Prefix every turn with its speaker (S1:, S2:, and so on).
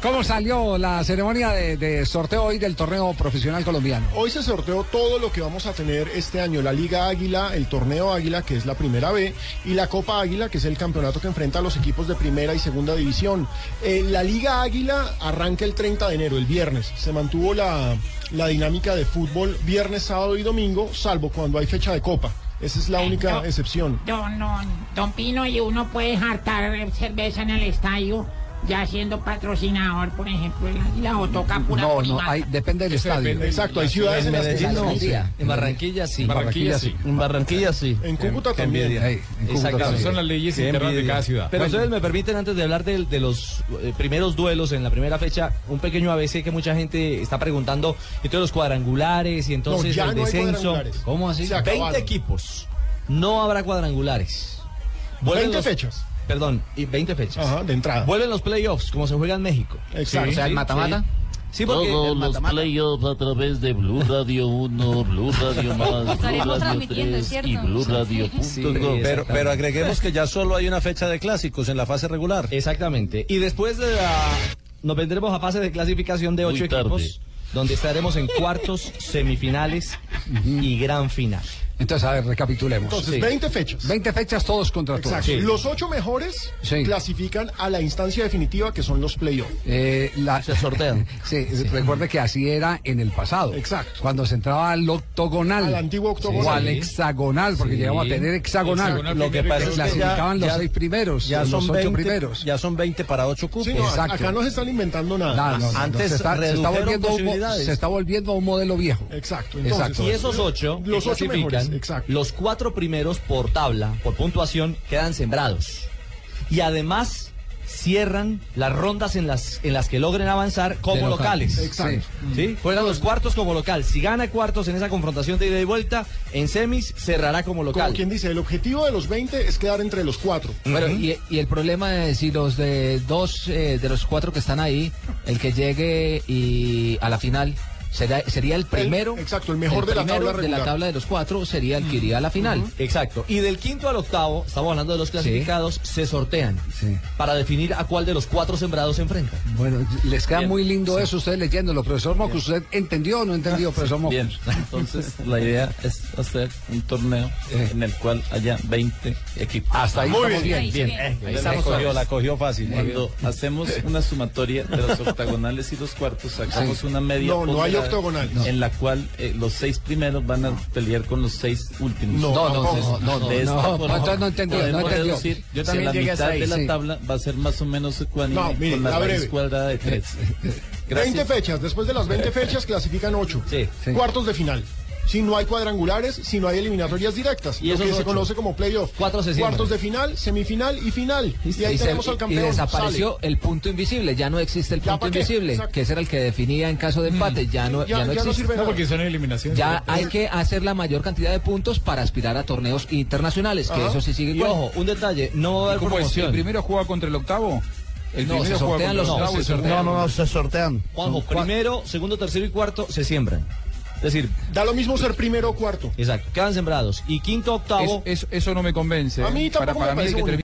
S1: ¿Cómo salió la ceremonia de, de sorteo hoy del torneo profesional colombiano?
S2: Hoy se sorteó todo lo que vamos a tener este año, la Liga Águila, el Torneo Águila, que es la primera B, y la Copa Águila, que es el campeonato que enfrenta a los equipos de primera y segunda división. Eh, la Liga Águila arranca el 30 de enero, el viernes. Se mantuvo la, la dinámica de fútbol viernes, sábado y domingo, salvo cuando hay fecha de Copa. Esa es la única
S3: no.
S2: excepción.
S3: Don, don, don Pino, y uno puede hartar eh, cerveza en el estadio, ya siendo patrocinador, por ejemplo, el Águila, o toca pura
S1: Mm, No, no,
S3: Tolimarca.
S1: hay, depende del
S4: Eso
S1: estadio.
S4: depende.
S2: Exacto, hay
S4: En
S2: ciudades en,
S5: En
S2: las que
S5: Medellín
S2: se
S5: no.
S2: inicia.
S5: En Barranquilla sí.
S4: En Barranquilla sí.
S5: En Barranquilla sí.
S2: En Cúcuta
S5: Qué
S2: también.
S5: envidia.
S1: Ey, en Cúcuta
S5: Exactamente.
S1: también.
S4: Son las leyes
S5: Qué
S4: internas de
S5: envidia.
S4: cada ciudad.
S5: Pero
S4: Bueno.
S5: ustedes me permiten, antes de hablar del- de, los eh, primeros duelos en la primera fecha, un pequeño ABC que mucha gente está preguntando, y todos los cuadrangulares y entonces
S2: ya
S5: el
S2: no hay
S5: descenso.
S2: cuadrangulares.
S5: ¿Cómo así?
S2: Se acabaron.
S5: 20 equipos. No habrá cuadrangulares.
S2: 20 fechas.
S5: Perdón, y 20 fechas.
S2: Ajá, de entrada.
S5: Vuelven los playoffs, como se juega en México.
S2: Exacto.
S1: O sea, el mata-mata.
S5: Sí, porque
S6: Todos
S5: el
S6: los
S5: mata-mata-
S6: playoffs a través de Blue Radio 1, Blue Radio más, Blue
S7: Estaremos
S6: Radio
S7: transmitiendo,
S6: 3
S7: ¿cierto?
S6: y Blue Radio
S5: Sí,
S6: punto com.
S5: exactamente.
S8: agreguemos que ya solo hay una fecha de clásicos en la fase regular.
S5: Exactamente. Y después de la... Nos vendremos a fase de clasificación de
S6: Muy
S5: ocho
S6: tarde.
S5: equipos, donde estaremos en cuartos, semifinales y gran final.
S1: Entonces, a ver, recapitulemos.
S2: Entonces,
S5: Sí.
S2: 20 fechas.
S1: 20 fechas todos contra todos.
S2: Exacto. Los ocho mejores
S1: Sí.
S2: clasifican a la instancia definitiva que son los playoffs.
S1: Eh, la-
S5: Se sortean.
S1: Sí, recuerde que así era en el pasado.
S2: Exacto.
S1: Cuando se entraba al octogonal.
S2: Al antiguo octogonal.
S1: O al hexagonal, porque
S5: Sí.
S1: llegamos a tener hexagonal.
S4: Hexagonal
S8: Lo que pasa es que ya-
S1: clasificaban los
S8: ya-
S1: seis primeros,
S8: Ya
S1: los
S8: son,
S1: ocho
S8: 20,
S1: primeros.
S8: ya son 20 para 8 cupos.
S2: Sí, no,
S1: Exacto.
S2: acá no se están inventando nada.
S1: No, no, no, no,
S8: Antes
S1: se, está, se está
S8: redujeron
S1: volviendo a un, mo-
S8: posibilidades.
S1: se está volviendo a un modelo viejo.
S2: Exacto, entonces-
S1: Exacto.
S5: Y esos ocho que
S2: Los ocho
S5: clasifican,
S2: mejores, exacto.
S5: los cuatro primeros por tabla, por puntuación, quedan sembrados. Y además cierran las rondas en las, en las que logren avanzar como
S1: De local.
S5: locales.
S2: Exacto.
S5: ¿Sí? Juegan los cuartos como local. Si gana cuartos en esa confrontación de ida y vuelta, en semis cerrará como
S2: Como
S5: local.
S2: quien dice, el objetivo de los 20 es quedar entre los cuatro.
S9: Bueno, y, y el problema es si los de dos, eh, de los cuatro que están ahí, el que llegue y a la final será, sería el primero.
S2: El- exacto, el mejor de la
S9: primero
S2: tabla
S9: de
S2: regular.
S9: la tabla de los cuatro sería el que iría a la final.
S5: Exacto. Y del quinto al octavo, estamos hablando de los clasificados, se sortean
S1: Sí.
S5: para definir a cuál de los cuatro sembrados se enfrenta.
S1: Bueno, les queda
S5: Bien.
S1: muy lindo eso ustedes leyéndolo, profesor Mocus. ¿Usted entendió o no entendió,
S8: Ah,
S1: profesor Mocus?
S6: Bien, entonces la idea es hacer un torneo en el cual haya 20 equipos.
S1: Hasta ahí
S2: Muy
S1: estamos
S2: bien.
S1: bien.
S7: Ahí, bien.
S6: Ahí
S8: La
S6: estamos
S8: cogió,
S6: todos.
S8: la cogió fácil.
S6: Cuando hacemos una sumatoria de los octagonales y los cuartos, sacamos una media.
S2: No, no hay
S6: ponderada
S2: octogonal.
S6: En la cual eh, los seis primeros van a pelear con los seis últimos.
S2: No,
S1: No, no,
S2: tampoco.
S1: no, no, no,
S6: De esta
S1: no,
S6: forma,
S1: entonces no entendió, no
S6: podemos
S1: entendió.
S6: deducir
S1: Yo
S6: que
S1: también
S6: la
S1: llegué hasta
S6: mitad
S1: ahí,
S6: de la
S1: sí.
S6: tabla va a ser más o menos ecuánime
S2: No, mire,
S6: con la
S2: la
S6: raíz
S2: breve.
S6: cuadrada de tres.
S2: 20 fechas, después de las 20 fechas clasifican 8.
S5: Sí,
S1: sí.
S2: Cuartos de final. Si no hay cuadrangulares, si no hay eliminatorias directas,
S5: Y
S2: lo
S5: esos
S2: que se
S5: ocho.
S2: conoce como playoff.
S5: Cuatro se siembran.
S2: Cuartos de final, semifinal y final. Y ahí
S9: se-
S2: tenemos al
S9: y-
S2: campeón.
S9: y desapareció
S2: sale.
S9: el punto invisible, ya no existe el
S2: ¿Ya
S9: punto
S2: pa' qué?
S9: invisible,
S2: Exacto. Mm.
S9: que ese era el que definía en caso de empate, ya no,
S2: Ya,
S9: ya no
S2: ya no
S9: existe.
S2: sirve
S4: No,
S2: nada.
S4: porque son eliminaciones.
S9: Ya hay que hacer la mayor cantidad de puntos para aspirar a torneos internacionales, que
S2: Ajá.
S9: eso sí sigue
S5: Y
S9: con-
S5: ojo, un detalle, no va a haber promoción.
S8: juega contra el octavo? El
S9: No, se sortean los
S5: octavos,
S9: once.
S5: se sortean.
S8: No, no, no, se sortean.
S5: Juanjo, primero, segundo, tercero y cuarto se siembran. Es decir,
S2: Da lo mismo ser primero o cuarto.
S5: exacto, quedan sembrados. Y quinto, octavo...
S8: eso no me convence.
S2: A mí tampoco me parece bonito.